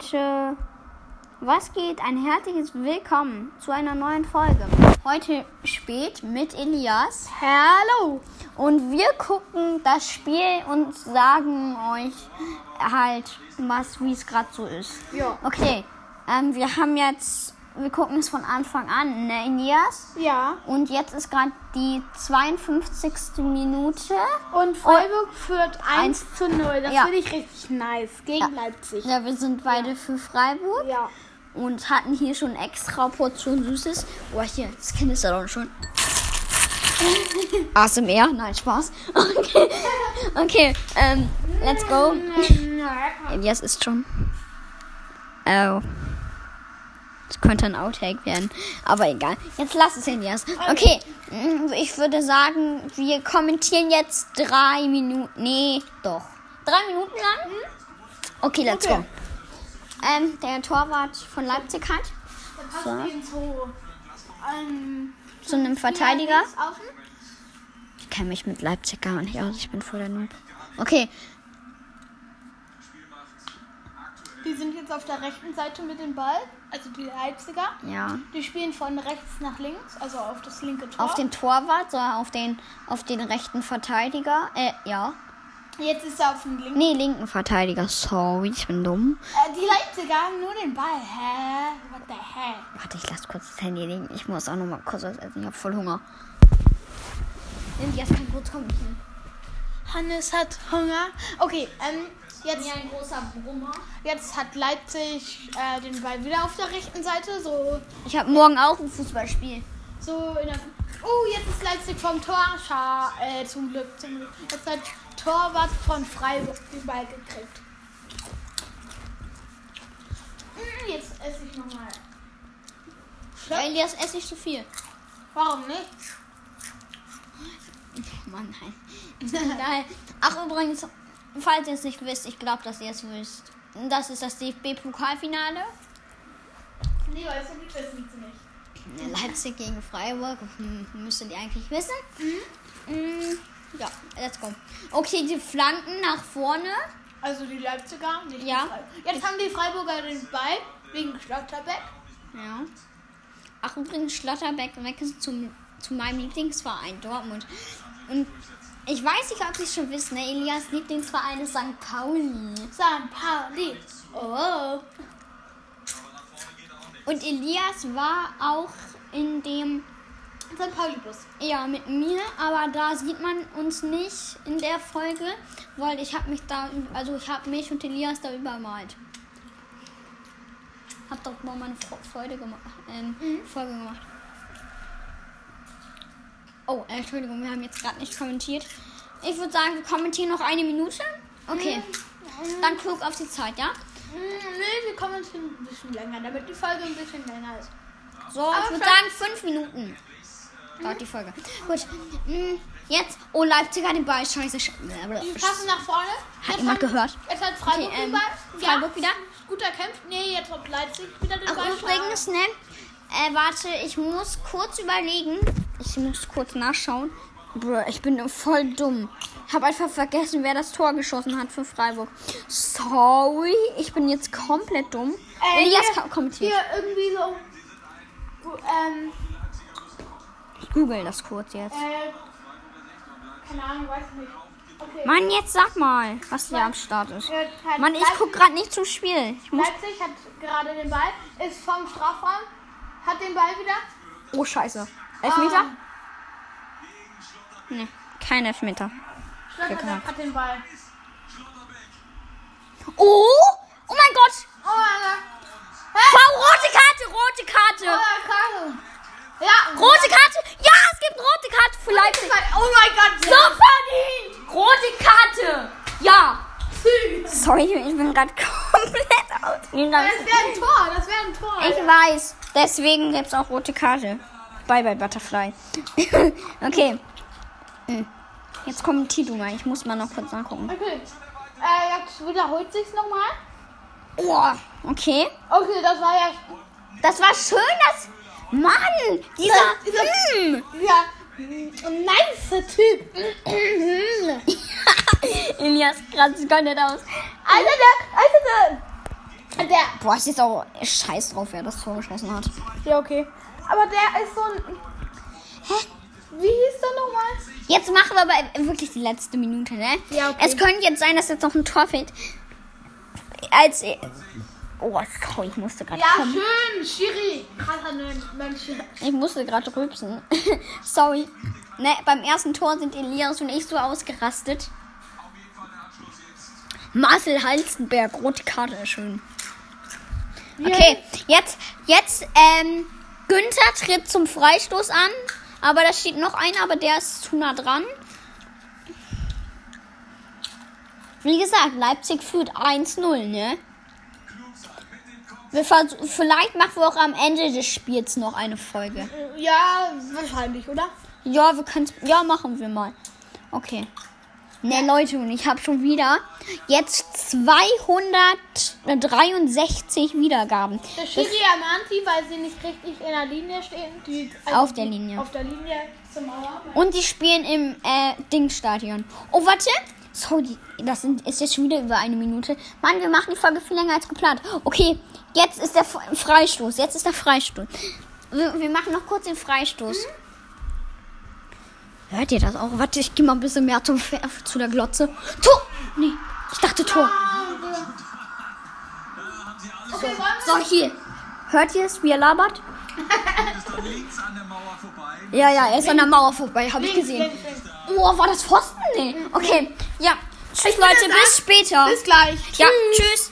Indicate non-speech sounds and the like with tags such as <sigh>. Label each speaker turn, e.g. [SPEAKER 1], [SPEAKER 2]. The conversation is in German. [SPEAKER 1] Heute, was geht? Ein herzliches Willkommen zu einer neuen Folge. Heute spät mit Elias. Hallo! Und wir gucken das Spiel und sagen euch halt, was, wie es gerade so ist.
[SPEAKER 2] Ja.
[SPEAKER 1] Okay, ähm, wir haben jetzt, wir gucken es von Anfang an, ne, Elias?
[SPEAKER 2] Ja.
[SPEAKER 1] Und jetzt ist gerade die 52. Minute.
[SPEAKER 2] Und Freiburg führt 1 zu 0. Das
[SPEAKER 1] Ja.
[SPEAKER 2] finde ich richtig nice. Gegen Leipzig.
[SPEAKER 1] Ja, wir sind beide für Freiburg.
[SPEAKER 2] Ja.
[SPEAKER 1] und hatten hier schon extra Portion Süßes. Oh, hier, das knistert auch schon. <laughs> ASMR? Nein, Spaß. <laughs> Okay, okay ähm, let's go. Elias ist schon. Oh. Das könnte ein Outtake werden. Aber egal. Jetzt lass es, Elias. Okay, mm, ich würde sagen, wir kommentieren jetzt drei Minuten. Nee, doch. Drei Minuten lang? Okay, let's
[SPEAKER 2] Okay.
[SPEAKER 1] go. Ähm, der Torwart von Leipzig halt. hat
[SPEAKER 2] Der passt ins Hohe. Ähm,
[SPEAKER 1] zu einem Verteidiger.
[SPEAKER 2] links außen.
[SPEAKER 1] Ich kenne mich mit Leipzig gar nicht aus. Ich bin voll der Noob. Okay,
[SPEAKER 2] Die sind jetzt auf der rechten Seite mit dem Ball. Also die Leipziger.
[SPEAKER 1] ja.
[SPEAKER 2] Die spielen von rechts nach links. Also auf das linke Tor.
[SPEAKER 1] Auf den Torwart, sondern auf den, auf den rechten Verteidiger. Äh, ja.
[SPEAKER 2] jetzt ist er auf dem linken.
[SPEAKER 1] Nee, linken Verteidiger. Sorry, ich bin dumm.
[SPEAKER 2] Äh, die Leipziger haben nur den Ball. Hä? What the hell?
[SPEAKER 1] Warte, ich lasse kurz das Handy liegen. Ich muss auch noch mal kurz was essen. Ich habe voll Hunger. Elias kann kurz kommentieren.
[SPEAKER 2] Hannes hat Hunger. Okay, ähm, jetzt.
[SPEAKER 1] ein großer Brummer.
[SPEAKER 2] Jetzt hat Leipzig äh, den Ball wieder auf der rechten Seite, so,
[SPEAKER 1] Ich habe morgen auch ein Fußballspiel.
[SPEAKER 2] so in der. Oh, jetzt ist Leipzig vom Tor. Scha äh, zum Glück, zum Glück. Jetzt hat Torwart von Freiburg den Ball gekriegt. Mm, Jetzt esse ich nochmal. Ja.
[SPEAKER 1] Elias, esse ich zu viel.
[SPEAKER 2] Warum nicht?
[SPEAKER 1] Oh Mann, nein. Nein. <laughs> Ach, übrigens, falls ihr es nicht wisst, ich glaube, dass ihr es wisst. Das ist das DFB-Pokalfinale.
[SPEAKER 2] Nee, weil das liegt das liegt nicht.
[SPEAKER 1] Leipzig gegen Freiburg. Hm, müsstet ihr eigentlich wissen. Mm, Ja, let's go. Okay, die Flanken nach vorne.
[SPEAKER 2] Also die Leipziger, nicht
[SPEAKER 1] Ja.
[SPEAKER 2] die Freiburg. Jetzt haben die Freiburger den Ball wegen Schlotterbeck.
[SPEAKER 1] Ja. Ach, übrigens, Schlotterbeck weg ist zum, zu meinem Lieblingsverein Dortmund. Und ich weiß nicht, ob Sie es schon wissen, ne? Elias Lieblingsverein ist St. Pauli.
[SPEAKER 2] San Pauli. Oh.
[SPEAKER 1] Und Elias war auch in dem
[SPEAKER 2] San Pauli-Bus.
[SPEAKER 1] Ja, mit mir, aber da sieht man uns nicht in der Folge, weil ich habe mich da, also ich habe mich und Elias da übermalt. Hab doch mal meine Fro- Freude gema ähm, Folge gemacht. Oh, äh, Entschuldigung, wir haben jetzt gerade nicht kommentiert. Ich würde sagen, wir kommentieren noch eine Minute. Okay. Dann klug auf die Zeit, ja?
[SPEAKER 2] Mm, Nee, wir kommentieren ein bisschen länger, damit die Folge ein bisschen länger ist.
[SPEAKER 1] So,
[SPEAKER 2] Aber
[SPEAKER 1] ich würde
[SPEAKER 2] vielleicht-
[SPEAKER 1] sagen, fünf Minuten. Dauert die Folge. Gut. mm, Jetzt. Oh, Leipzig hat den Ball. Scheiße.
[SPEAKER 2] Die Passe nach vorne.
[SPEAKER 1] Hat jemand
[SPEAKER 2] haben-
[SPEAKER 1] gehört?
[SPEAKER 2] Jetzt hat Freiburg
[SPEAKER 1] Okay, ähm,
[SPEAKER 2] den Ball.
[SPEAKER 1] Freiburg wieder?
[SPEAKER 2] Gut erkämpft. Nee, jetzt hat Leipzig wieder den
[SPEAKER 1] Ach,
[SPEAKER 2] Ball.
[SPEAKER 1] übrigens, ne? Äh, warte, ich muss kurz überlegen. Ich muss kurz nachschauen. Bruh, ich bin voll dumm. Ich habe einfach vergessen, wer das Tor geschossen hat für Freiburg. Sorry, ich bin jetzt komplett dumm.
[SPEAKER 2] Äh,
[SPEAKER 1] Elias
[SPEAKER 2] hier-
[SPEAKER 1] ka- kommentiert.
[SPEAKER 2] Hier irgendwie so. so, Ähm,
[SPEAKER 1] Ich google das kurz jetzt.
[SPEAKER 2] äh, keine Ahnung, weiß nicht. Okay.
[SPEAKER 1] Mann, jetzt sag mal, was hier am Start ist.
[SPEAKER 2] Jetzt hat
[SPEAKER 1] Mann, ich
[SPEAKER 2] Leipzig-
[SPEAKER 1] guck gerade nicht zum Spiel. Ich muss
[SPEAKER 2] Leipzig hat gerade den Ball, ist vom Strafraum, hat den Ball wieder.
[SPEAKER 1] Oh, scheiße. Elfmeter?
[SPEAKER 2] Ah,
[SPEAKER 1] Nee, kein Elfmeter.
[SPEAKER 2] Schlotterbeck
[SPEAKER 1] Geknackt.
[SPEAKER 2] hat den Ball.
[SPEAKER 1] Oh! Oh mein Gott!
[SPEAKER 2] Oh, Alter.
[SPEAKER 1] Wow, rote Karte, rote Karte!
[SPEAKER 2] Oh, Karo. Ja,
[SPEAKER 1] Rote Karte! Ja, es gibt rote Karte für Leipzig!
[SPEAKER 2] Oh mein Gott,
[SPEAKER 1] So verdient! Rote Karte! Ja! Sorry, ich bin gerade <laughs> komplett aus.
[SPEAKER 2] Das wäre ein Tor, das wäre ein Tor.
[SPEAKER 1] Ich weiß. Deswegen gibt's auch rote Karte. Bye bye Butterfly. <laughs> okay. Hm. Jetzt kommentier du mal. Ich muss mal noch kurz nachgucken.
[SPEAKER 2] Okay. Äh, jetzt wiederholt sich's nochmal.
[SPEAKER 1] Oh, okay.
[SPEAKER 2] Okay, das war ja.
[SPEAKER 1] Das war schön, dass. Mann! Dieser.
[SPEAKER 2] Dieser-
[SPEAKER 1] Hm.
[SPEAKER 2] Ja. Ein nicer Typ. Alter,
[SPEAKER 1] Hm. <laughs> Elias kratzt gar nicht aus.
[SPEAKER 2] der, Alter, der, Der,
[SPEAKER 1] Boah, ich jetzt auch scheiß drauf, wer das Tor geschossen hat.
[SPEAKER 2] ja, okay. Aber der ist so ein. Hä? Wie hieß der nochmal?
[SPEAKER 1] Jetzt machen wir aber wirklich die letzte Minute, ne?
[SPEAKER 2] Ja, okay.
[SPEAKER 1] Es könnte jetzt sein, dass jetzt noch ein Tor fehlt. Als. Oh, sorry, ich musste gerade.
[SPEAKER 2] Ja,
[SPEAKER 1] kommen.
[SPEAKER 2] schön, Schiri. Krasser Nen- Mensch.
[SPEAKER 1] Ich musste gerade rübsen. <laughs> sorry. Ne, beim ersten Tor sind Elias und ich so ausgerastet. Marcel Halstenberg, rote Karte, schön. Okay, jetzt, jetzt, ähm, Günther tritt zum Freistoß an. Aber da steht noch einer, aber der ist zu nah dran. Wie gesagt, Leipzig führt 1-0, ne? Wir vers- vielleicht machen wir auch am Ende des Spiels noch eine Folge.
[SPEAKER 2] Ja, wahrscheinlich, oder?
[SPEAKER 1] Ja, wir können Ja, machen wir mal. Okay. Ne, Leute, und ich habe schon wieder jetzt 263 Wiedergaben.
[SPEAKER 2] Der Schiri ermahnt sie, weil sie nicht richtig in der Linie stehen. Die,
[SPEAKER 1] Auf der Linie.
[SPEAKER 2] Auf der Linie zum Mauer.
[SPEAKER 1] Und die spielen im äh, Dingstadion. Oh, warte. Sorry, das sind, ist jetzt schon wieder über eine Minute. Mann, wir machen die Folge viel länger als geplant. Okay, jetzt ist der F- Freistoß. Jetzt ist der Freistoß. Wir, wir machen noch kurz den Freistoß. Hört ihr das auch? Warte, ich gehe mal ein bisschen mehr zum, Fe- zu der Glotze. Tor! Nee, ich dachte Tor.
[SPEAKER 2] Okay, wollen wir
[SPEAKER 1] So, hier. Hört ihr es, wie er labert?
[SPEAKER 3] dann links an der Mauer vorbei.
[SPEAKER 1] Ja, ja, er ist an der Mauer vorbei, habe ich
[SPEAKER 2] links,
[SPEAKER 1] gesehen.
[SPEAKER 2] links, links.
[SPEAKER 1] Oh, war das Pfosten? Nee. Okay, ja. Tschüss, Leute, bis später.
[SPEAKER 2] Bis gleich.
[SPEAKER 1] Ja, tschüss.